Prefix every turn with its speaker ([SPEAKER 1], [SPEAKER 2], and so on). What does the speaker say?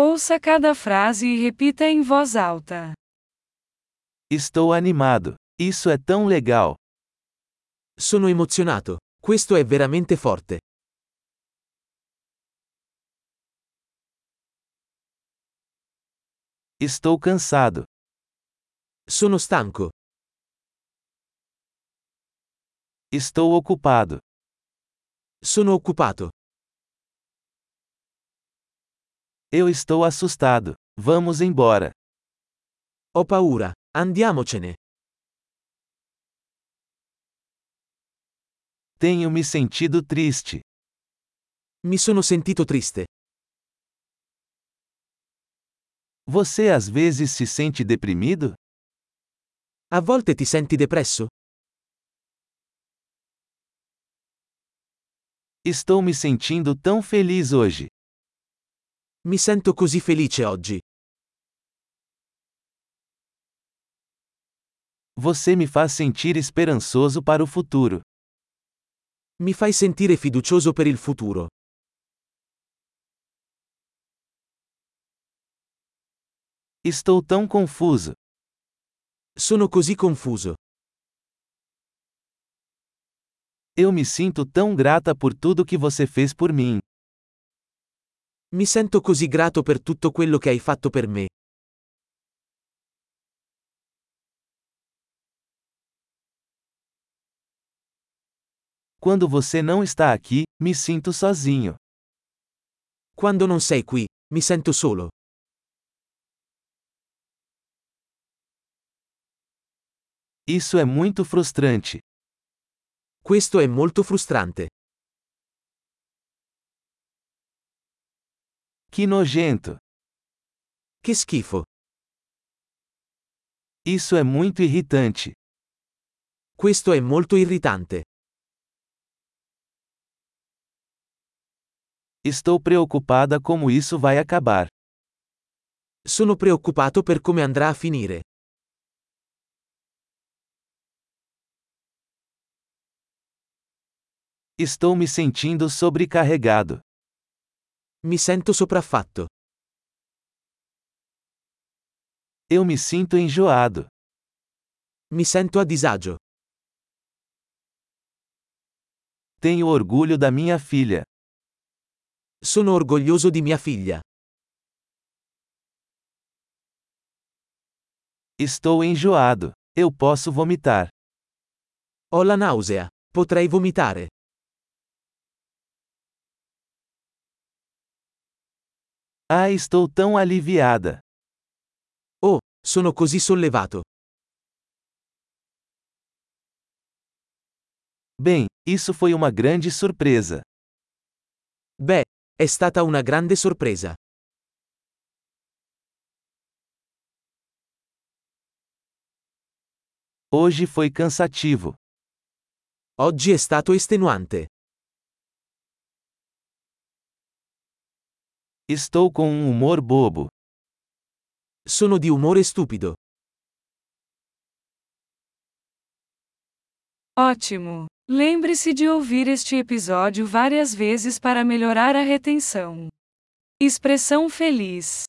[SPEAKER 1] Ouça cada frase e repita em voz alta.
[SPEAKER 2] Estou animado. Isso é tão legal.
[SPEAKER 3] Sono emozionato. Questo è veramente forte.
[SPEAKER 2] Estou cansado.
[SPEAKER 3] Sono stanco.
[SPEAKER 2] Estou ocupado.
[SPEAKER 3] Sono occupato.
[SPEAKER 2] Eu estou assustado. Vamos embora.
[SPEAKER 3] Ho paura. Andiamocene.
[SPEAKER 2] Tenho me sentido triste.
[SPEAKER 3] Mi sono sentito triste.
[SPEAKER 2] Você às vezes se sente deprimido?
[SPEAKER 3] A volte ti senti depresso?
[SPEAKER 2] Estou me sentindo tão feliz hoje.
[SPEAKER 3] Mi sento così felice oggi.
[SPEAKER 2] Você me faz sentir esperançoso para o futuro.
[SPEAKER 3] Mi fai sentire fiducioso per il futuro.
[SPEAKER 2] Estou tão confuso.
[SPEAKER 3] Sono così confuso.
[SPEAKER 2] Eu me sinto tão grata por tudo que você fez por mim.
[SPEAKER 3] Mi sento così grato per tutto quello che hai fatto per me.
[SPEAKER 2] Quando você não está aqui, me sinto sozinho.
[SPEAKER 3] Quando non sei qui, mi sento solo.
[SPEAKER 2] Isso é muito frustrante.
[SPEAKER 3] Questo è molto frustrante.
[SPEAKER 2] Que nojento.
[SPEAKER 3] Che schifo.
[SPEAKER 2] Isso é muito irritante.
[SPEAKER 3] Questo è molto irritante.
[SPEAKER 2] Estou preocupada como isso vai acabar.
[SPEAKER 3] Sono preoccupato per come andrà a finire.
[SPEAKER 2] Estou me sentindo sobrecarregado.
[SPEAKER 3] Mi sento sopraffatto.
[SPEAKER 2] Eu me sinto enjoado.
[SPEAKER 3] Mi sento a disagio.
[SPEAKER 2] Tenho orgulho da minha filha.
[SPEAKER 3] Sono orgoglioso di mia figlia.
[SPEAKER 2] Estou enjoado. Eu posso vomitar.
[SPEAKER 3] Ho la nausea. Potrei vomitare.
[SPEAKER 2] Ah, estou tão aliviada.
[SPEAKER 3] Oh, sono così sollevato.
[SPEAKER 2] Bem, isso foi uma grande surpresa.
[SPEAKER 3] Beh, è stata una grande sorpresa.
[SPEAKER 2] Hoje foi cansativo.
[SPEAKER 3] Oggi è stato estenuante.
[SPEAKER 2] Estou com um humor bobo.
[SPEAKER 3] Sono di umore stupido.
[SPEAKER 1] Ótimo! Lembre-se de ouvir este episódio várias vezes para melhorar a retenção. Expressão feliz.